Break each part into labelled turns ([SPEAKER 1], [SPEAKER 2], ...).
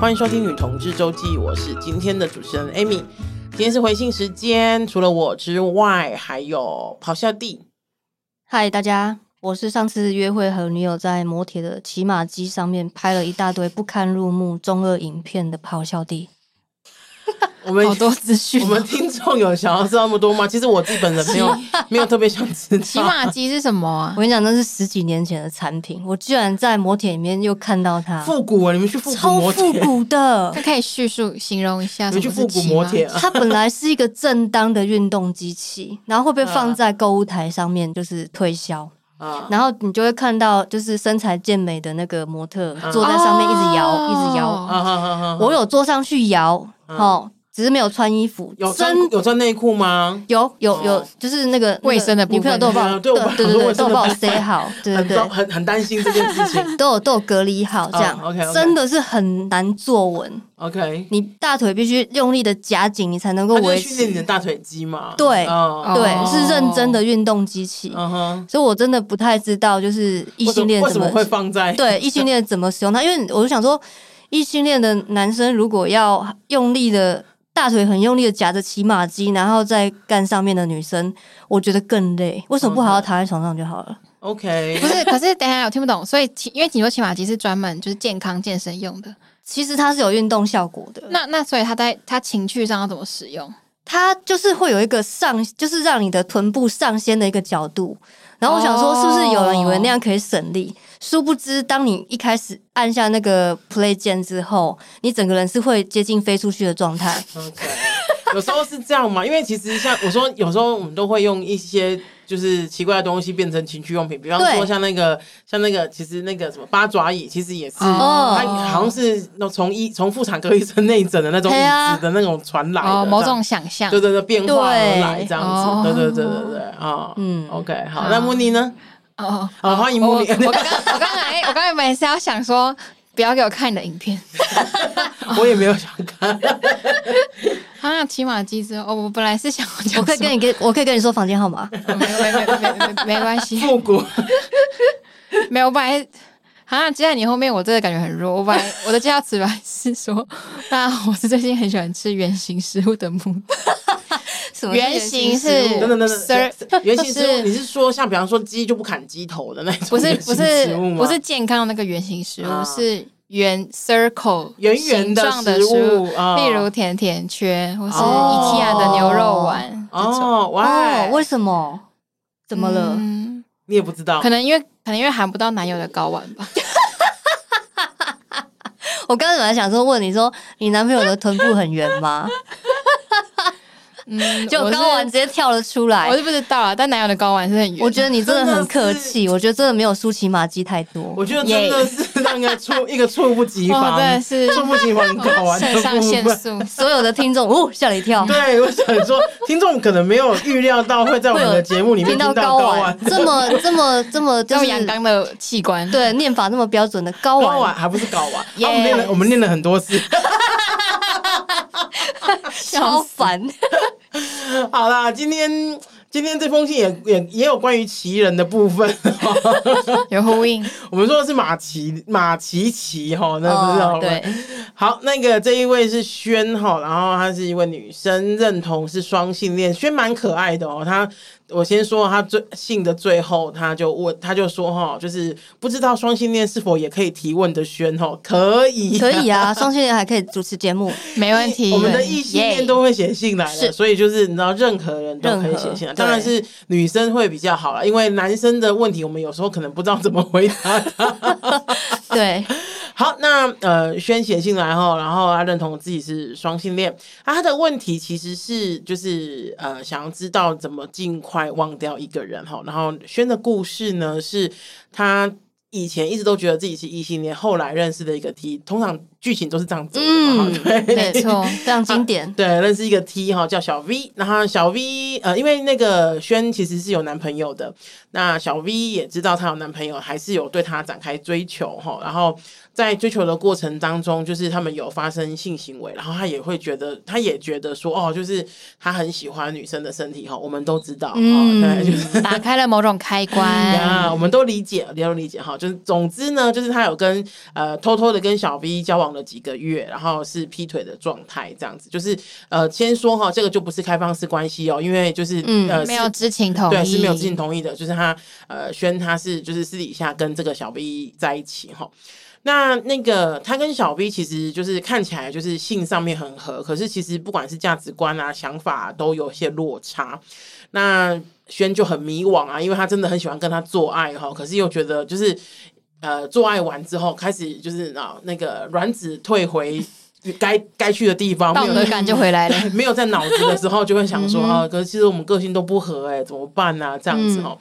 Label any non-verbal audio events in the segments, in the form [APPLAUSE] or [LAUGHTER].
[SPEAKER 1] 欢迎收听《女同志周记》，我是今天的主持人 Amy。今天是回信时间，除了我之外，还有咆哮帝。
[SPEAKER 2] 嗨，大家，我是上次约会和女友在摩铁的骑马机上面拍了一大堆不堪入目中二影片的咆哮帝，
[SPEAKER 1] 我们
[SPEAKER 2] 好多资讯
[SPEAKER 1] 我
[SPEAKER 2] 哦。
[SPEAKER 1] 们听众有想要知道那么多吗？其实我自己本人没
[SPEAKER 2] [LAUGHS]
[SPEAKER 1] 有没有特别想知
[SPEAKER 3] 骑
[SPEAKER 1] 道。
[SPEAKER 3] 马机是什么啊
[SPEAKER 2] 我？跟你讲，那是十几年前的产品，我居然在摩铁里面又看到它，
[SPEAKER 1] 复古啊，你们去复古
[SPEAKER 2] 超
[SPEAKER 1] 摩
[SPEAKER 2] 复
[SPEAKER 1] 铁，
[SPEAKER 2] 古的
[SPEAKER 3] 那。可以叙述形容一下
[SPEAKER 1] 你
[SPEAKER 3] 什
[SPEAKER 1] 们去
[SPEAKER 3] 么
[SPEAKER 1] 复
[SPEAKER 3] 是
[SPEAKER 1] 古
[SPEAKER 3] 骑
[SPEAKER 1] 摩
[SPEAKER 3] 马？
[SPEAKER 1] 铁啊，
[SPEAKER 2] 它本来是一个正当的运动机器，然后会被
[SPEAKER 1] 嗯
[SPEAKER 2] 放在购物台上面，就是推销。
[SPEAKER 1] 啊
[SPEAKER 2] 然后你就会看到，就是身材健美的那个模特
[SPEAKER 1] 嗯
[SPEAKER 2] 坐在上面一直摇，一直摇。
[SPEAKER 3] 哦
[SPEAKER 1] 啊哈哈哈！
[SPEAKER 2] 我有坐上去摇，哦，只是没有穿衣服，
[SPEAKER 1] 嗯有穿
[SPEAKER 2] 真
[SPEAKER 1] 有穿内裤吗？
[SPEAKER 2] 有有
[SPEAKER 1] 哦
[SPEAKER 2] 有，就是那个
[SPEAKER 3] 卫生的
[SPEAKER 2] 那个女
[SPEAKER 3] 部
[SPEAKER 2] 朋友
[SPEAKER 3] 分
[SPEAKER 2] 都有帮
[SPEAKER 1] 啊
[SPEAKER 2] 我，
[SPEAKER 1] 对我
[SPEAKER 2] 对
[SPEAKER 1] 很多卫
[SPEAKER 2] 对，
[SPEAKER 1] 生
[SPEAKER 2] 都
[SPEAKER 1] 的
[SPEAKER 2] 有帮我
[SPEAKER 1] 部分
[SPEAKER 2] 塞
[SPEAKER 1] [LAUGHS]
[SPEAKER 2] 好，对
[SPEAKER 1] 很
[SPEAKER 2] 对
[SPEAKER 1] 担
[SPEAKER 2] 对，
[SPEAKER 1] 很很担心这件事
[SPEAKER 2] [LAUGHS]
[SPEAKER 1] 情。
[SPEAKER 2] 都有都有隔离好，这样
[SPEAKER 1] 哦，OK，OK
[SPEAKER 2] 真的是很难坐稳，
[SPEAKER 1] OK，
[SPEAKER 2] 你大腿必须用力的夹紧，你才能够
[SPEAKER 1] 它就是
[SPEAKER 2] 维
[SPEAKER 1] 训练你的
[SPEAKER 2] 持。
[SPEAKER 1] 大腿肌嘛？
[SPEAKER 2] 对
[SPEAKER 1] 嗯
[SPEAKER 3] 哦
[SPEAKER 2] 对，是认真的运动机器，
[SPEAKER 1] 嗯哼，
[SPEAKER 2] 所以我真的不太知道，就是异
[SPEAKER 1] 为什
[SPEAKER 2] 性
[SPEAKER 1] 么
[SPEAKER 2] 恋
[SPEAKER 1] 为什
[SPEAKER 2] 怎
[SPEAKER 1] 么
[SPEAKER 2] 么
[SPEAKER 1] 会放在 [LAUGHS]
[SPEAKER 2] 对异性恋怎么使用它，因为我就想说，异性恋的男生如果要用力的大腿很用力的夹着骑马机，然后再干上面的女生，我觉得更累。为什么不好好躺在床上就好了？
[SPEAKER 1] OK，
[SPEAKER 3] 不是，可是等一下我听不懂，所以骑因为你说骑马机是专门就是健康健身用的，
[SPEAKER 2] 其实它是有运动效果的，
[SPEAKER 3] 那那所以它在它情趣上要怎么使用？
[SPEAKER 2] 它就是会有一个上，就是让你的臀部上掀的一个角度。然后我想说，
[SPEAKER 3] 哦
[SPEAKER 2] 是不是有人以为那样可以省力？殊不知，当你一开始按下那个 play 键之后，你整个人是会接近飞出去的状态。
[SPEAKER 1] OK，有时候是这样嘛，因为其实像我说，有时候我们都会用一些就是奇怪的东西变成情趣用品，比方说
[SPEAKER 2] 对
[SPEAKER 1] 像那个像那个，其实那个什么八爪椅，其实也是。
[SPEAKER 2] 哦
[SPEAKER 1] 它好像是那从医从妇产科医生内诊的那种椅
[SPEAKER 2] 对啊
[SPEAKER 1] 子的那种传来的
[SPEAKER 3] 哦，某种
[SPEAKER 1] 这样
[SPEAKER 3] 想象
[SPEAKER 1] 对。对对变化而来
[SPEAKER 2] 对
[SPEAKER 1] 这样
[SPEAKER 3] 哦
[SPEAKER 1] 子，对对对对对啊，嗯
[SPEAKER 2] 嗯
[SPEAKER 1] ，OK，好，
[SPEAKER 3] 好
[SPEAKER 1] 那莫妮呢？
[SPEAKER 3] 哦，
[SPEAKER 1] 好，欢迎
[SPEAKER 3] 我
[SPEAKER 1] 莫
[SPEAKER 3] 我
[SPEAKER 1] 妮，
[SPEAKER 3] 刚刚我刚才我刚才本来是要想说，不要给我看你的影片
[SPEAKER 1] 我也没有想看，
[SPEAKER 3] 啊，骑马机之后，哦，我本来是想
[SPEAKER 2] 我可以跟
[SPEAKER 3] 你
[SPEAKER 2] 你跟，我可以跟你说房间号码。
[SPEAKER 3] [LAUGHS] 没没没没没没关系，
[SPEAKER 1] 复古，
[SPEAKER 3] 没有，我本来啊，接在你后面，我真的感觉很弱。我本来我的介绍词本来是说，那我是最近很喜欢吃圆形食物的木头，
[SPEAKER 2] 什么
[SPEAKER 3] 原型是
[SPEAKER 1] 等等等等
[SPEAKER 3] Sir，，
[SPEAKER 1] 原型食物，
[SPEAKER 3] 是
[SPEAKER 1] 你是说像比方说鸡就不砍鸡头的那种
[SPEAKER 3] 不是
[SPEAKER 1] 原
[SPEAKER 3] 不
[SPEAKER 1] 型
[SPEAKER 3] 是
[SPEAKER 1] 食物吗？
[SPEAKER 3] 不是健康的那个圆形食物，
[SPEAKER 1] 啊
[SPEAKER 3] 是圆 circle
[SPEAKER 1] 圆圆的
[SPEAKER 3] 形状的
[SPEAKER 1] 食
[SPEAKER 3] 食
[SPEAKER 1] 物
[SPEAKER 3] 物，
[SPEAKER 1] 啊
[SPEAKER 3] 例如甜甜圈或是
[SPEAKER 1] 哦
[SPEAKER 3] IKEA 的牛肉丸这种。
[SPEAKER 1] 哦，哇
[SPEAKER 2] 哦，，为什么？怎么了？
[SPEAKER 3] 嗯
[SPEAKER 1] 你也不知道
[SPEAKER 3] 可，能因为可能因为含不到男友的睾丸
[SPEAKER 1] [LAUGHS]
[SPEAKER 3] 吧，
[SPEAKER 2] 我刚才本来想说问你说，你男朋友的臀部很圆吗？
[SPEAKER 3] 嗯，
[SPEAKER 2] 就
[SPEAKER 3] 我是
[SPEAKER 2] 睾丸直接跳了出来
[SPEAKER 3] 我。是不 [LAUGHS] 知道啊，但男友的睾丸是很圆的。
[SPEAKER 2] 我觉得你真的很客气，我觉得真的没有舒淇马姬太
[SPEAKER 1] 我
[SPEAKER 2] 多。
[SPEAKER 1] 觉得真的是 [LAUGHS] 那个
[SPEAKER 3] [LAUGHS]
[SPEAKER 1] 猝一个猝不及
[SPEAKER 3] 哦，
[SPEAKER 1] 防，
[SPEAKER 3] 真的是
[SPEAKER 1] 猝不及防搞完的
[SPEAKER 3] [LAUGHS] 肾上腺
[SPEAKER 1] 部分。 [LAUGHS]
[SPEAKER 3] 素。
[SPEAKER 2] 所有的听众哦吓了一跳，
[SPEAKER 1] 对，我想说，听众可能没有预料到会在我们的节目里面
[SPEAKER 2] 听
[SPEAKER 1] 听
[SPEAKER 2] 到
[SPEAKER 1] 到
[SPEAKER 2] 睾
[SPEAKER 1] 高
[SPEAKER 2] 丸
[SPEAKER 1] 丸，
[SPEAKER 2] 这么这么这么就
[SPEAKER 3] 用
[SPEAKER 2] 是
[SPEAKER 3] 阳刚的器官。，
[SPEAKER 2] 对念法那么标准的睾
[SPEAKER 1] 高
[SPEAKER 2] 丸
[SPEAKER 1] 丸，还不是睾丸，
[SPEAKER 3] [LAUGHS]
[SPEAKER 1] 啊我
[SPEAKER 2] 耶
[SPEAKER 1] 们念了我们念了很多次。
[SPEAKER 2] 超烦。
[SPEAKER 1] 好啦，今天今天这封信也也也有关于奇人的部分。
[SPEAKER 3] 有呼应。
[SPEAKER 1] 我们说的是马奇马奇奇哈，那不是
[SPEAKER 2] 哦
[SPEAKER 1] 好
[SPEAKER 2] 对，
[SPEAKER 1] 好，那个这一位是轩哈，然后她是一位女生，认同是双性恋，轩蛮可爱的哦。她我先说她最信的最后，她就问，她就说哈，就是不知道双性恋是否也可以提问的轩哈，可以，
[SPEAKER 2] 可以啊，双性恋还可以主持节目，
[SPEAKER 3] 没问题。
[SPEAKER 1] [LAUGHS] 我们的异性恋都会写信来的，
[SPEAKER 2] 是
[SPEAKER 1] 所以就是你知道，任何人都可以写信来。
[SPEAKER 2] 任何
[SPEAKER 1] 当然
[SPEAKER 2] 对
[SPEAKER 1] 是女生会比较好啦，因为男生的问题我们有时候可能不知道怎么回答他。
[SPEAKER 2] 对，
[SPEAKER 1] 好，那呃，轩写信来后，然后他认同自己是双性恋。啊他的问题其实是就是呃，想要知道怎么尽快忘掉一个人哈。然后轩的故事呢，是他以前一直都觉得自己是异性恋，后来认识的一个 T，通常剧情都是这样子的嘛。[LAUGHS]
[SPEAKER 2] 嗯
[SPEAKER 1] 对
[SPEAKER 3] 没错。
[SPEAKER 2] 非常经典。
[SPEAKER 1] 对，认识一个 T 哈，叫小 V，然后小 V 呃，因为那个轩其实是有男朋友的，那小 V 也知道她有男朋友，还是有对她展开追求哈，然后在追求的过程当中，就是他们有发生性行为，然后她也会觉得，她也觉得说哦，就是她很喜欢女生的身体哈，我们都知道哈，
[SPEAKER 2] 嗯
[SPEAKER 1] 对，就是
[SPEAKER 3] 打开了某种开关，
[SPEAKER 1] [LAUGHS] 呀，我们都理解，也都理解哈。就是总之呢，就是他有跟呃偷偷的跟小 V 交往了几个月，然后是劈腿的状态，这样子。就是呃，先说哈，这个就不是开放式关系哦，因为就是、
[SPEAKER 2] 嗯
[SPEAKER 1] 呃
[SPEAKER 3] 没
[SPEAKER 1] 是
[SPEAKER 3] 有知情同意，
[SPEAKER 1] 对，是没有知情同意的，就是他呃，轩他是就是私底下跟这个小 B 在一起哈。那那个他跟小 B 其实就是看起来就是性上面很合，可是其实不管是价值观啊、想法、啊、都有些落差。那轩就很迷惘啊，因为他真的很喜欢跟他做爱哈，可是又觉得就是呃做爱完之后开始就是啊那个卵子退回该该去的地方，没
[SPEAKER 3] 道
[SPEAKER 1] 有
[SPEAKER 3] 德感就回
[SPEAKER 1] [LAUGHS]
[SPEAKER 3] 来了。
[SPEAKER 1] 对，没有在脑子的时候，就会想说啊，可是其实我们个性都不合、欸，哎，怎么办呢、这样子哦。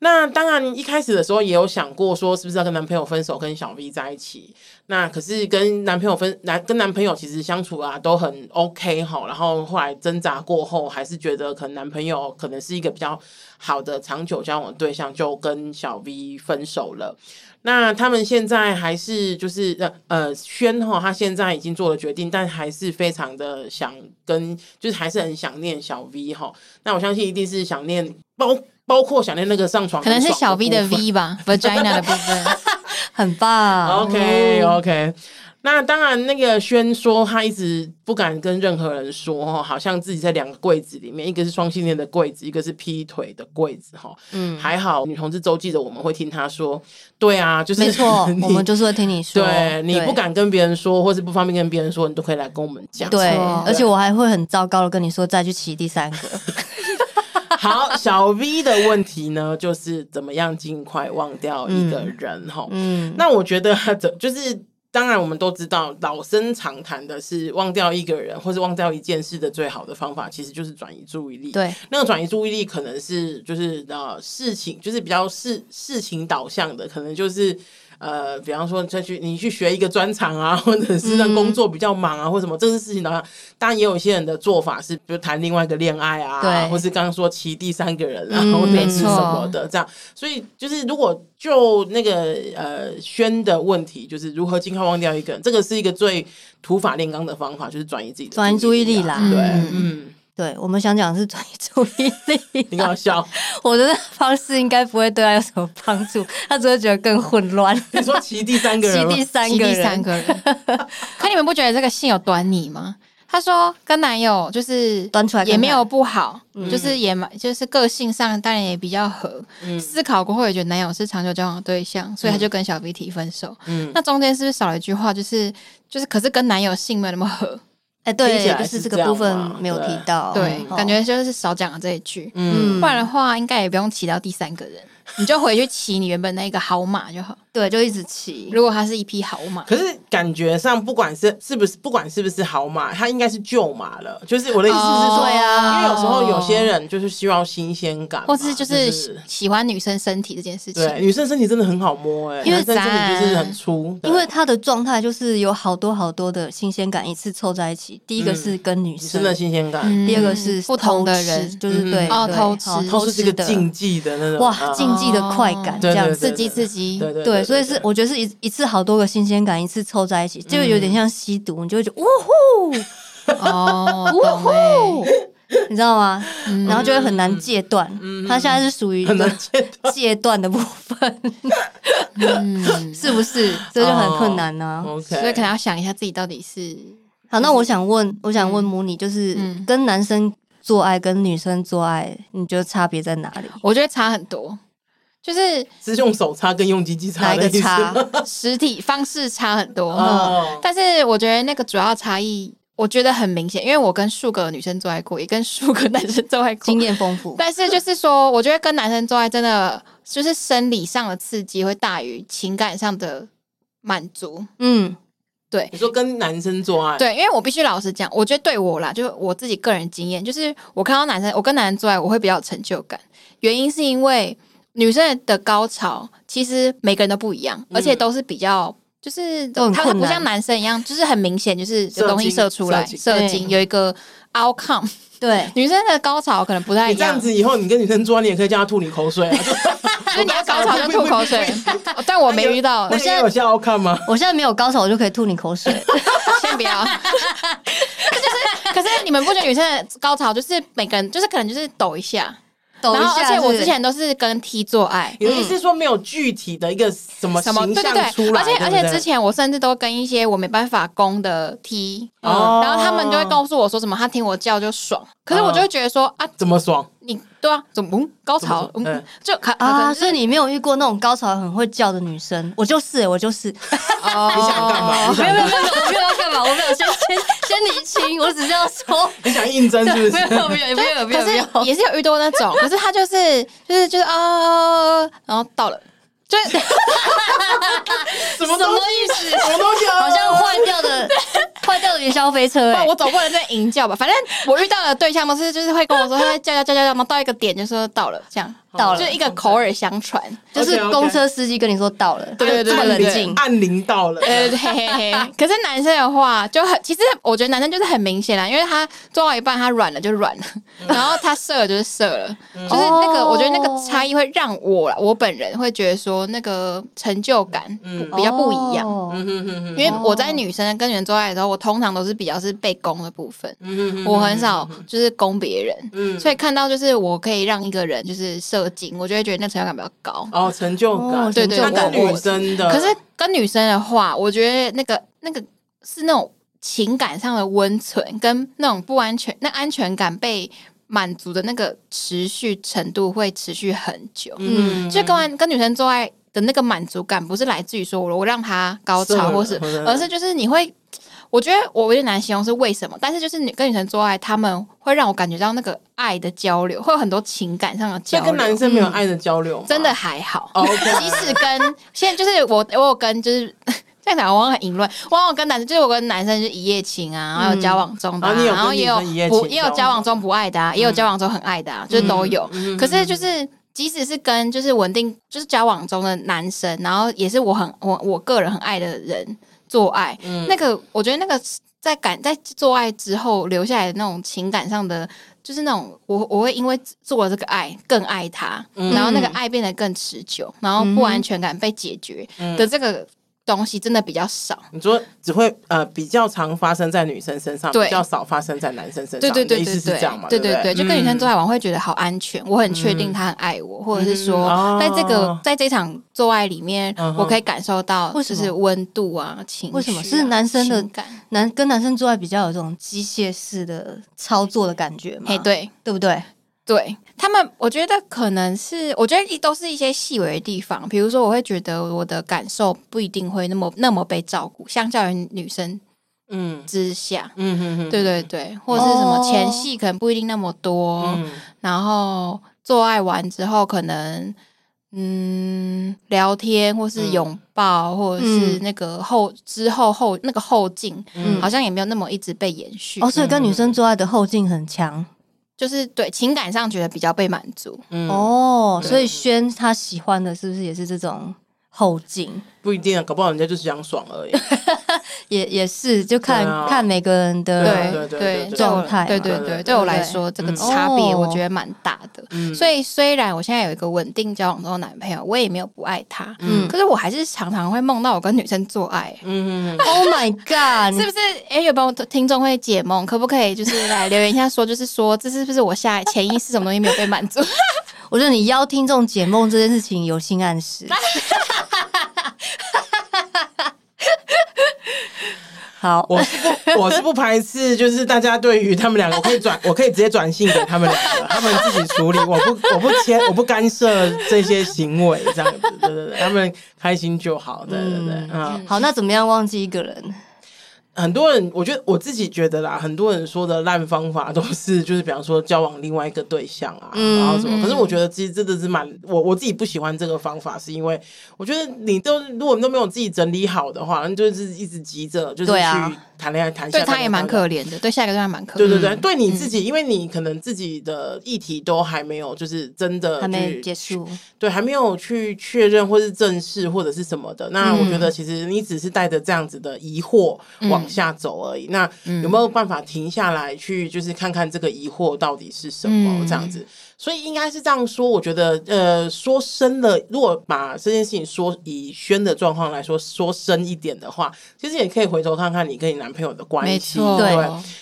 [SPEAKER 1] 那当然，一开始的时候也有想过说，是不是要跟男朋友分手，跟小 V 在一起？那可是跟男朋友分男跟男朋友其实相处啊都很 OK 哈。然后后来挣扎过后，还是觉得可能男朋友可能是一个比较好的长久交往的对象，就跟小 V 分手了。那他们现在还是就是呃呃，轩哈，他现在已经做了决定，但还是非常的想跟，就是还是很想念小 V 哈。那我相信一定是想念包包括想念那个上床
[SPEAKER 3] 可
[SPEAKER 1] 很
[SPEAKER 3] 能是小
[SPEAKER 1] 爽的
[SPEAKER 3] V 的
[SPEAKER 1] 部分
[SPEAKER 3] V 吧，vagina 的部分。
[SPEAKER 2] 很棒。
[SPEAKER 1] OK
[SPEAKER 3] 哦
[SPEAKER 1] OK，那当然，那个轩说他一直不敢跟任何人说哦，好像自己在两个柜子里面，一个是双性恋的柜子，一个是劈腿的柜子哈。嗯，还好女同志周记的我们会听他说，对啊，就是
[SPEAKER 2] 没错
[SPEAKER 1] [LAUGHS] ，你
[SPEAKER 2] 我们就是会听你说。
[SPEAKER 1] 对你不敢跟别人说，或是不方便跟别人说，你都可以来跟我们讲。
[SPEAKER 2] 对
[SPEAKER 3] 错，
[SPEAKER 2] 而且我还会很糟糕的跟你说再去骑第三个。
[SPEAKER 1] [LAUGHS] 好，小 V 的问题呢，就是怎么样尽快忘掉一个人哈。
[SPEAKER 2] 嗯，
[SPEAKER 1] 那我觉得他怎就是，当然我们都知道，老生常谈的是忘掉一个人或是忘掉一件事的最好的方法，其实就是转移注意力。，
[SPEAKER 2] 对，
[SPEAKER 1] 那个转移注意力可能是就是呃事情，就是比较事事情导向的，可能就是。呃，比方说，再去你去学一个专长啊，或者是
[SPEAKER 2] 嗯
[SPEAKER 1] 让工作比较忙啊，或什么，这是事情导向。当然，也有一些人的做法是，比如谈另外一个恋爱啊，
[SPEAKER 2] 对
[SPEAKER 1] 或是刚刚说骑第三个人啊，
[SPEAKER 2] 嗯
[SPEAKER 1] 或者
[SPEAKER 2] 没
[SPEAKER 1] 是
[SPEAKER 2] 错
[SPEAKER 1] 什么的这样。所以就是，如果就那个呃轩的问题，就是如何尽快忘掉一个人，这个是一个最土法炼钢的方法，就是转移自己的
[SPEAKER 2] 转移注意力
[SPEAKER 1] 啊
[SPEAKER 2] 啦。
[SPEAKER 1] 对，
[SPEAKER 2] 嗯
[SPEAKER 1] 嗯，
[SPEAKER 2] 对，我们想讲的是转移注意力。
[SPEAKER 1] 你搞笑。 [LAUGHS]
[SPEAKER 2] 我的方式应该不会对他有什么帮助，他只会觉得更混
[SPEAKER 1] [LAUGHS]
[SPEAKER 2] 乱。
[SPEAKER 1] 你说骑第 [LAUGHS] 三个
[SPEAKER 2] 骑
[SPEAKER 1] 人吗
[SPEAKER 2] 第？三
[SPEAKER 3] 七
[SPEAKER 2] 个
[SPEAKER 3] 第三
[SPEAKER 2] 人，
[SPEAKER 1] [LAUGHS]
[SPEAKER 3] 个人。可你们不觉得这个信有端倪吗？她说跟男友就是
[SPEAKER 2] 端出来看看
[SPEAKER 3] 也没有不好，
[SPEAKER 1] 嗯
[SPEAKER 3] 就是也蛮就是个性上当然也比较合。
[SPEAKER 1] 嗯
[SPEAKER 3] 思考过后也觉得男友是长久交往的对象，所以她就跟小 B 提分手。
[SPEAKER 1] 嗯
[SPEAKER 3] 那中间是不是少了一句话？就是就是，可是跟男友性没有那么合，
[SPEAKER 2] 哎，
[SPEAKER 1] 听起
[SPEAKER 2] 对，
[SPEAKER 1] 来
[SPEAKER 2] 就是是这
[SPEAKER 1] 这
[SPEAKER 2] 个
[SPEAKER 1] 样
[SPEAKER 2] 部分
[SPEAKER 1] 嘛
[SPEAKER 2] 没有
[SPEAKER 1] 对
[SPEAKER 2] 提到，
[SPEAKER 3] 对，
[SPEAKER 2] 哦
[SPEAKER 3] 感觉就是少讲了这一句。
[SPEAKER 1] 嗯，
[SPEAKER 2] 嗯
[SPEAKER 3] 不然的话，应该也不用骑到第三个人，你就回去骑你原本那个好马
[SPEAKER 2] [LAUGHS]
[SPEAKER 3] 就好。
[SPEAKER 2] 对，就一直骑。
[SPEAKER 3] 如果他是一匹好
[SPEAKER 2] [LAUGHS]
[SPEAKER 3] 马，
[SPEAKER 1] 可是感觉上，不管是是不是，不管是不是好马，它应该是旧马了。就是我的意思是说，
[SPEAKER 3] 哦对啊
[SPEAKER 1] 因为有时候有些人就是需要新鲜感嘛，
[SPEAKER 3] 或是就
[SPEAKER 1] 就是
[SPEAKER 3] 喜喜欢女生身体这件事情，
[SPEAKER 1] 对女生身体真的很好摸哎、
[SPEAKER 2] 因为
[SPEAKER 1] 男生身体就是很粗，对
[SPEAKER 2] 因为他的状态就是有好多好多的新鲜感一次凑在一起。第一个是跟
[SPEAKER 3] 嗯
[SPEAKER 2] 女
[SPEAKER 1] 女
[SPEAKER 2] 生
[SPEAKER 1] 生的，新鲜感，
[SPEAKER 2] 第二个是
[SPEAKER 3] 不同的
[SPEAKER 2] 偷吃
[SPEAKER 3] 人
[SPEAKER 2] 就是
[SPEAKER 1] 嗯
[SPEAKER 2] 对
[SPEAKER 3] 哦
[SPEAKER 2] 对
[SPEAKER 3] 偷吃
[SPEAKER 2] 好
[SPEAKER 1] 都是
[SPEAKER 2] 偷
[SPEAKER 1] 这
[SPEAKER 2] 吃
[SPEAKER 1] 个
[SPEAKER 2] 的
[SPEAKER 1] 禁忌的那种
[SPEAKER 2] 哇，
[SPEAKER 1] 啊
[SPEAKER 2] 禁忌的快感这样
[SPEAKER 1] 对对
[SPEAKER 2] 子
[SPEAKER 1] 对
[SPEAKER 3] 刺。激刺激，
[SPEAKER 1] 对对
[SPEAKER 2] 对，所以是我觉得是一一次好多个新鲜感，一次凑在一起，就
[SPEAKER 1] 嗯
[SPEAKER 2] 有点像吸毒，你就会觉得呜呼，
[SPEAKER 3] 哦，
[SPEAKER 2] 呜
[SPEAKER 3] 懂
[SPEAKER 2] 呼
[SPEAKER 3] 欸，
[SPEAKER 2] [LAUGHS]
[SPEAKER 3] 嗯
[SPEAKER 2] 你知道吗？
[SPEAKER 1] 嗯
[SPEAKER 2] 然后就会很难戒断。他现在是属于一
[SPEAKER 1] 很
[SPEAKER 2] 个
[SPEAKER 1] 难戒 [LAUGHS] 断
[SPEAKER 2] 戒断的部分， [LAUGHS]
[SPEAKER 3] 嗯，
[SPEAKER 2] 是
[SPEAKER 1] [LAUGHS]
[SPEAKER 2] 不是？这就很困难呢、
[SPEAKER 1] OK，
[SPEAKER 3] 所以可能要想一下自己到底是
[SPEAKER 2] 好，那我想问，我想问母女，就是
[SPEAKER 3] 嗯
[SPEAKER 2] 跟男生做爱跟女生做爱，你觉得差别在哪里？
[SPEAKER 3] 我觉得差很多，就是
[SPEAKER 1] 是用手擦跟用鸡鸡
[SPEAKER 2] 哪
[SPEAKER 1] 擦
[SPEAKER 2] 一
[SPEAKER 1] 的
[SPEAKER 2] 个
[SPEAKER 1] 意思
[SPEAKER 2] 差？
[SPEAKER 1] 吗
[SPEAKER 3] 实体方式差很多，
[SPEAKER 1] [LAUGHS]
[SPEAKER 2] 嗯
[SPEAKER 1] 哦，
[SPEAKER 3] 但是我觉得那个主要差异，我觉得很明显，因为我跟数个女生做爱过，也跟数个男生做爱过
[SPEAKER 2] 经，验丰富，
[SPEAKER 3] 但是就是说，我觉得跟男生做爱真的就是生理上的刺激会大于情感上的满足，
[SPEAKER 2] 嗯，
[SPEAKER 3] 对，
[SPEAKER 1] 你说跟男生做爱，
[SPEAKER 3] 对，因为我必须老实讲，我觉得对我啦，就是我自己个人经验，就是我看到男生，我跟男生做爱，我会比较有成就感。原因是因为女生的高潮其实每个人都不一样，而且都是比较。就是
[SPEAKER 2] 都很
[SPEAKER 3] 他
[SPEAKER 2] 困
[SPEAKER 3] 不
[SPEAKER 2] 难
[SPEAKER 3] 像男生一样，就是很明显，就是有东西
[SPEAKER 1] 射精
[SPEAKER 3] 射啊出来，
[SPEAKER 1] 射精
[SPEAKER 3] 射精有一个 outcome。 [LAUGHS]
[SPEAKER 2] 对，
[SPEAKER 3] 女生的高潮可能不太
[SPEAKER 1] 你
[SPEAKER 3] 一
[SPEAKER 1] 这样
[SPEAKER 3] 样，
[SPEAKER 1] 子以后，你跟女生做爱，你也可以叫她吐你口水啊，
[SPEAKER 3] 就是你要高潮就吐口水，但我没
[SPEAKER 1] [LAUGHS]
[SPEAKER 3] 遇到。
[SPEAKER 1] 那
[SPEAKER 3] 我
[SPEAKER 1] 个
[SPEAKER 3] 现
[SPEAKER 1] 也
[SPEAKER 3] 在
[SPEAKER 1] 有效看吗？
[SPEAKER 2] 我现在没有高手，我就可以吐你口水。
[SPEAKER 3] [LAUGHS] 先不
[SPEAKER 1] [LAUGHS]
[SPEAKER 3] 要。就是，可是你们不觉得女生的高潮就是每个人，就是可能就是抖一下，
[SPEAKER 2] 抖一
[SPEAKER 3] 然后，而
[SPEAKER 2] 下
[SPEAKER 3] 且
[SPEAKER 2] 是不
[SPEAKER 3] 我
[SPEAKER 2] 是
[SPEAKER 3] 之前都是跟 T 做爱，
[SPEAKER 1] 你的意思是说没有具体的一个什么
[SPEAKER 3] 嗯什
[SPEAKER 1] 形
[SPEAKER 3] 么
[SPEAKER 1] 象
[SPEAKER 3] 对
[SPEAKER 1] 出
[SPEAKER 3] 对
[SPEAKER 1] 来？
[SPEAKER 3] 对，而且
[SPEAKER 1] 对不
[SPEAKER 3] 而且
[SPEAKER 1] 对
[SPEAKER 3] 之前我甚至都跟一些我没办法攻的 T，、嗯
[SPEAKER 1] 哦
[SPEAKER 3] 然后他们就会告诉我说什么他听我叫就爽，可是我就会觉得说、啊，
[SPEAKER 1] 怎么爽？
[SPEAKER 3] 你对啊，怎么、嗯高潮，
[SPEAKER 1] 哦怎么
[SPEAKER 3] 嗯
[SPEAKER 1] 嗯，
[SPEAKER 3] 就卡
[SPEAKER 2] 啊，所以
[SPEAKER 3] 你
[SPEAKER 2] 你没有遇过那种高潮很会叫的女生，我就是、我就是，
[SPEAKER 3] 哦
[SPEAKER 1] 你想干
[SPEAKER 3] [LAUGHS]
[SPEAKER 1] 嘛？你
[SPEAKER 2] [LAUGHS] 没
[SPEAKER 1] 想
[SPEAKER 2] 有没有没有，我没有要干嘛，我没有先 [LAUGHS] 先先厘清，我只是要
[SPEAKER 3] [LAUGHS]
[SPEAKER 2] 说，
[SPEAKER 1] 你想应征是不
[SPEAKER 2] 没
[SPEAKER 1] 是？
[SPEAKER 2] 有没有没有没
[SPEAKER 3] 哎可
[SPEAKER 2] 有没
[SPEAKER 3] 是
[SPEAKER 2] 有，
[SPEAKER 3] 也是有遇到那
[SPEAKER 2] [LAUGHS]
[SPEAKER 3] 种，可是他就是就是就是啊，然后到了，就
[SPEAKER 1] [LAUGHS] 什么
[SPEAKER 2] 什
[SPEAKER 1] 东
[SPEAKER 2] 么
[SPEAKER 1] 西？
[SPEAKER 2] 意思？
[SPEAKER 1] 什么东西啊？
[SPEAKER 2] 好像坏掉 [LAUGHS] 的坏掉的云霄飞车
[SPEAKER 3] 不然
[SPEAKER 2] 哎、
[SPEAKER 3] 啊 [LAUGHS] 我总不能在营叫吧？反正我遇到的对象都是就是会跟我说他在叫叫叫叫，然后到一个点就说到了，这样
[SPEAKER 2] 到了
[SPEAKER 3] 就一个口耳相传。
[SPEAKER 2] 哎就是公车司机跟你说到了，
[SPEAKER 3] 对对对
[SPEAKER 2] 这么
[SPEAKER 3] 对哦
[SPEAKER 2] 冷
[SPEAKER 3] 对
[SPEAKER 2] 静，
[SPEAKER 1] 按铃到了，
[SPEAKER 3] 对对对，嘿嘿嘿。可是男生的话就很，其实我觉得男生就是很明显啊啦，因为他做到一半他软了就软了，然后他射了就是射了，就是那个
[SPEAKER 2] 嗯哦
[SPEAKER 3] 我觉得那个差异会让我啦，我本人会觉得说那个成就感
[SPEAKER 1] 嗯
[SPEAKER 3] 不比较不一样。
[SPEAKER 2] 哦
[SPEAKER 1] 嗯哼哼哼
[SPEAKER 3] 因为我在女生跟女生做爱的时候，我通常都是比较是被攻的部分，
[SPEAKER 1] 嗯哼哼哼
[SPEAKER 3] 我很少就是攻别人，
[SPEAKER 1] 嗯
[SPEAKER 3] 所以看到就是我可以让一个人就是射精，我就会觉得那成就感比较高。
[SPEAKER 1] 哦，成就
[SPEAKER 2] 哦
[SPEAKER 1] 感，
[SPEAKER 3] 对对
[SPEAKER 1] 那跟
[SPEAKER 3] 我我
[SPEAKER 1] 女生的，
[SPEAKER 3] 可是跟女生的话，我觉得那个那个是那种情感上的温存，跟那种不安全、那安全感被满足的那个持续程度会持续很久。
[SPEAKER 1] 嗯，
[SPEAKER 3] 就跟完跟女生做爱的那个满足感，不是来自于说我我让她高
[SPEAKER 1] 射
[SPEAKER 3] 潮，
[SPEAKER 1] 了
[SPEAKER 3] 或是
[SPEAKER 1] 或者
[SPEAKER 3] 而是就是你会，我觉得我有点难形容是为什么，但是就是你跟女生做爱，他们会让我感觉到那个爱的交流，会有很多情感上的交
[SPEAKER 1] 这
[SPEAKER 3] 流。
[SPEAKER 1] 跟男生没有爱的交流吗，
[SPEAKER 3] 真的还好，
[SPEAKER 1] 哦，OK
[SPEAKER 3] 即使跟现在就是我，我有跟就是 [LAUGHS] 这样讲，我好像很淫乱。我好像跟男生就是我跟男生就是一夜情啊，然后有交往中的、啊，
[SPEAKER 1] 嗯然后你有
[SPEAKER 3] 然
[SPEAKER 1] 跟女
[SPEAKER 3] 后也有
[SPEAKER 1] 生一夜
[SPEAKER 3] 不
[SPEAKER 1] 情
[SPEAKER 3] 也有
[SPEAKER 1] 交
[SPEAKER 3] 交往
[SPEAKER 1] 往嗯
[SPEAKER 3] 中不爱的、啊，也有交往中很爱的、啊，就是都有。
[SPEAKER 1] 嗯嗯嗯
[SPEAKER 3] 可是就是。即使是跟就是稳定就是交往中的男生，然后也是我很我我个人很爱的人做爱，
[SPEAKER 1] 嗯
[SPEAKER 3] 那个我觉得那个在感在做爱之后留下来的那种情感上的，就是那种我我会因为做了这个爱更爱他，
[SPEAKER 1] 嗯
[SPEAKER 3] 然后那个爱变得更持久，然后不安全感被解决
[SPEAKER 1] 嗯
[SPEAKER 3] 的这个东西真的比较少。
[SPEAKER 1] 你说只会呃比较常发生在女生身上，
[SPEAKER 3] 对
[SPEAKER 1] 比较少发生在男生身上，
[SPEAKER 3] 对对对
[SPEAKER 1] 你的
[SPEAKER 3] 对
[SPEAKER 1] 意思是
[SPEAKER 3] 对
[SPEAKER 1] 这样嘛？
[SPEAKER 3] 对
[SPEAKER 1] 对不
[SPEAKER 3] 对，就跟女生做
[SPEAKER 1] 嗯
[SPEAKER 3] 爱完会觉得好安全，我很确定他很爱我，或者是
[SPEAKER 1] 嗯
[SPEAKER 3] 说
[SPEAKER 1] 哦
[SPEAKER 3] 在这个在这场做爱里面
[SPEAKER 1] 嗯，哼
[SPEAKER 3] 我可以感受到
[SPEAKER 2] 为什
[SPEAKER 3] 就
[SPEAKER 2] 么
[SPEAKER 3] 是温度啊、情绪啊
[SPEAKER 2] 为什么是男生的
[SPEAKER 3] 情感？啊
[SPEAKER 2] 男跟男生做爱比较有这种机械式的操作的感觉嘛，
[SPEAKER 3] 嘿，哎对
[SPEAKER 2] 对不对？
[SPEAKER 3] 嗯对，他们我觉得可能是，我觉得都是一些细微的地方，比如说我会觉得我的感受不一定会那么那么被照顾，相较于女生
[SPEAKER 1] 嗯
[SPEAKER 3] 之下，
[SPEAKER 1] 嗯嗯嗯，
[SPEAKER 3] 对对对，或者是什么
[SPEAKER 2] 哦
[SPEAKER 3] 前戏可能不一定那么多，
[SPEAKER 1] 嗯，
[SPEAKER 3] 然后做爱完之后可能嗯聊天或是
[SPEAKER 1] 嗯
[SPEAKER 3] 拥抱，或者是
[SPEAKER 2] 嗯
[SPEAKER 3] 那个后之后后那个后劲，
[SPEAKER 1] 嗯
[SPEAKER 3] 好像也没有那么一直被延续，
[SPEAKER 2] 哦，所以跟女生做爱的后劲很强、
[SPEAKER 3] 就是对情感上觉得比较被满足，
[SPEAKER 1] 嗯
[SPEAKER 2] 哦，
[SPEAKER 1] 对
[SPEAKER 2] 所以轩他喜欢的是不是也是这种后劲？
[SPEAKER 1] 不一定啊，搞不好人家就是想爽
[SPEAKER 3] [LAUGHS]
[SPEAKER 1] 而已。嗯
[SPEAKER 2] 也也是就看、
[SPEAKER 1] 对啊
[SPEAKER 2] 看每个人的
[SPEAKER 1] 对
[SPEAKER 3] 对
[SPEAKER 1] 啊对对对对
[SPEAKER 2] 状态嘛
[SPEAKER 3] 对对
[SPEAKER 1] 对
[SPEAKER 3] 对，
[SPEAKER 1] 对
[SPEAKER 3] 对我
[SPEAKER 2] 对
[SPEAKER 3] 来
[SPEAKER 2] 对
[SPEAKER 3] 说这个
[SPEAKER 1] 嗯
[SPEAKER 3] 差别我
[SPEAKER 2] 哦
[SPEAKER 3] 觉得蛮大的。
[SPEAKER 1] 嗯
[SPEAKER 3] 所以虽然我现在有一个稳定交往中的男朋友，我也没有不爱他，
[SPEAKER 2] 嗯
[SPEAKER 3] 可是我还是常常会梦到我跟女生做爱。
[SPEAKER 1] 嗯，嗯嗯
[SPEAKER 2] Oh my
[SPEAKER 1] 嗯
[SPEAKER 3] 是
[SPEAKER 2] God！
[SPEAKER 3] 不是？哎、有没有听众会解梦？可不可以
[SPEAKER 1] [LAUGHS]
[SPEAKER 3] 就是来留言一下说，就是说这是不是我下潜意识什么东西没有被
[SPEAKER 1] [LAUGHS]
[SPEAKER 3] 满足？
[SPEAKER 2] 我觉得你邀听众解梦这件事情有性暗
[SPEAKER 1] [LAUGHS]
[SPEAKER 2] 示。好，
[SPEAKER 1] 我是不我是不排斥，就是大家对于他们两个，我可以转，我可以直接转信给他们两个，他们自己处理，我不我不牵我不干涉这些行为，这样子，对对对，他们开心就好，对对对，嗯
[SPEAKER 2] 好，那怎么样忘记一个人？
[SPEAKER 1] 很多人，我觉得我自己觉得啦，很多人说的烂方法都是就是，比方说交往另外一个对象啊，
[SPEAKER 2] 嗯
[SPEAKER 1] 然后什么。可是我觉得其实真的是蛮我我自己不喜欢这个方法，是因为我觉得你都如果你都没有自己整理好的话，你就是一直急着就是去
[SPEAKER 2] 对啊
[SPEAKER 1] 谈恋爱谈下
[SPEAKER 3] 对
[SPEAKER 1] 一个
[SPEAKER 3] 他也蛮
[SPEAKER 1] 谈下一个
[SPEAKER 3] 可怜的，对下一个对他蛮可
[SPEAKER 1] 对
[SPEAKER 3] 怜。
[SPEAKER 1] 对对，对你
[SPEAKER 3] 嗯
[SPEAKER 1] 自己，因为你可能自己的议题都还没有，就是真的
[SPEAKER 2] 还没
[SPEAKER 1] 呃去
[SPEAKER 2] 结束，
[SPEAKER 1] 对，还没有去确认或是正视或者是什么的。那我
[SPEAKER 3] 嗯
[SPEAKER 1] 觉得其实你只是带着这样子的疑惑往下走而已。
[SPEAKER 3] 嗯
[SPEAKER 1] 那有没有办法停下来去，就是看看这个疑惑到底是什么、
[SPEAKER 3] 嗯
[SPEAKER 1] 这样子？所以应该是这样说，我觉得呃，说深了，如果把这件事情说以轩的状况来说说深一点的话，其实也可以回头看看你跟你男朋友的关
[SPEAKER 3] 没
[SPEAKER 1] 系，
[SPEAKER 3] 错，
[SPEAKER 1] 对。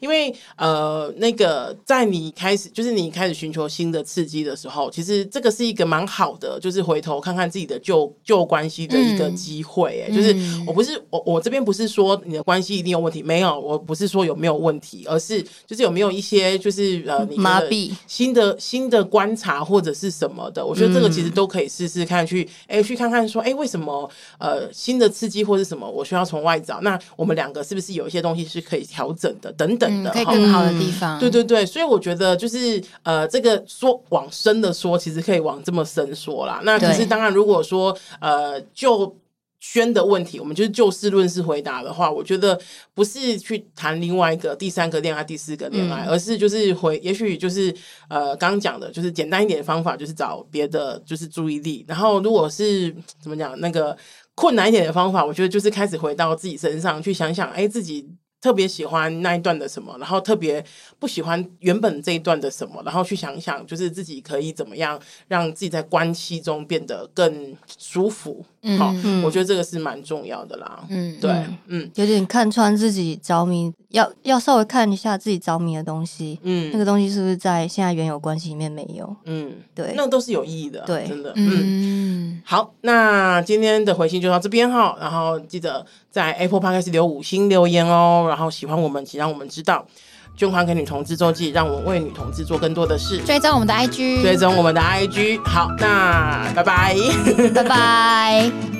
[SPEAKER 1] 因为呃，那个在你开始就是你开始寻求新的刺激的时候，其实这个是一个蛮好的，就是回头看看自己的旧旧关系的一个
[SPEAKER 3] 嗯
[SPEAKER 1] 机会、哎、
[SPEAKER 2] 嗯
[SPEAKER 1] 就是我不是我我这边不是说你的关系一定有问题，没有，我不是说有没有问题，而是就是有没有一些就是呃你觉得
[SPEAKER 2] 麻痹
[SPEAKER 1] 新的新的观察或者是什么的，我觉得这个其
[SPEAKER 3] 嗯
[SPEAKER 1] 实都可以试试看去，哎、去看看说，哎、为什么呃新的刺激或是什么，我需要从外找？那我们两个是不是有一些东西是可以调整的？等等
[SPEAKER 3] 嗯，
[SPEAKER 1] 的
[SPEAKER 3] 可以
[SPEAKER 1] 哈。
[SPEAKER 3] 更好的地方，
[SPEAKER 1] 对对对，所以我觉得就是呃，这个说往深的说，其实可以往这么深说啦。那可是
[SPEAKER 3] 对
[SPEAKER 1] 当然，如果说呃，就轩的问题，我们就是就事论事回答的话，我觉得不是去谈另外一个、第三个恋爱、第四个
[SPEAKER 3] 嗯
[SPEAKER 1] 恋爱，而是就是回，也许就是呃，刚刚讲的，就是简单一点的方法，就是找别的就是注意力。然后如果是怎么讲那个。困难一点的方法，我觉得就是开始回到自己身上去想想，哎，自己特别喜欢那一段的什么，然后特别不喜欢原本这一段的什么，然后去想一想，就是自己可以怎么样让自己在关系中变得更舒服。
[SPEAKER 3] 嗯
[SPEAKER 1] 好、
[SPEAKER 2] 嗯
[SPEAKER 1] 我觉得这个是蛮重要的啦。
[SPEAKER 3] 嗯，
[SPEAKER 1] 对
[SPEAKER 2] 嗯，
[SPEAKER 1] 嗯
[SPEAKER 2] 有点看穿自己着迷，要要稍微看一下自己着迷的东西，那
[SPEAKER 1] 嗯
[SPEAKER 2] 个东西是不是在现在原有关系里面没有？
[SPEAKER 1] 嗯，
[SPEAKER 2] 对，
[SPEAKER 1] 那都是有意义的，
[SPEAKER 2] 对
[SPEAKER 1] 真的，嗯。
[SPEAKER 3] 嗯，
[SPEAKER 1] 好，那今天的回信就到这边哈，然后记得在 Apple Podcast 留五星留言哦，然后喜欢我们，请让我们知道。捐款给女同志周记，让我们为女同志做更多的事。
[SPEAKER 3] 追踪我们的 IG，
[SPEAKER 1] 追踪我们的 IG。好，那拜拜。
[SPEAKER 3] 拜拜。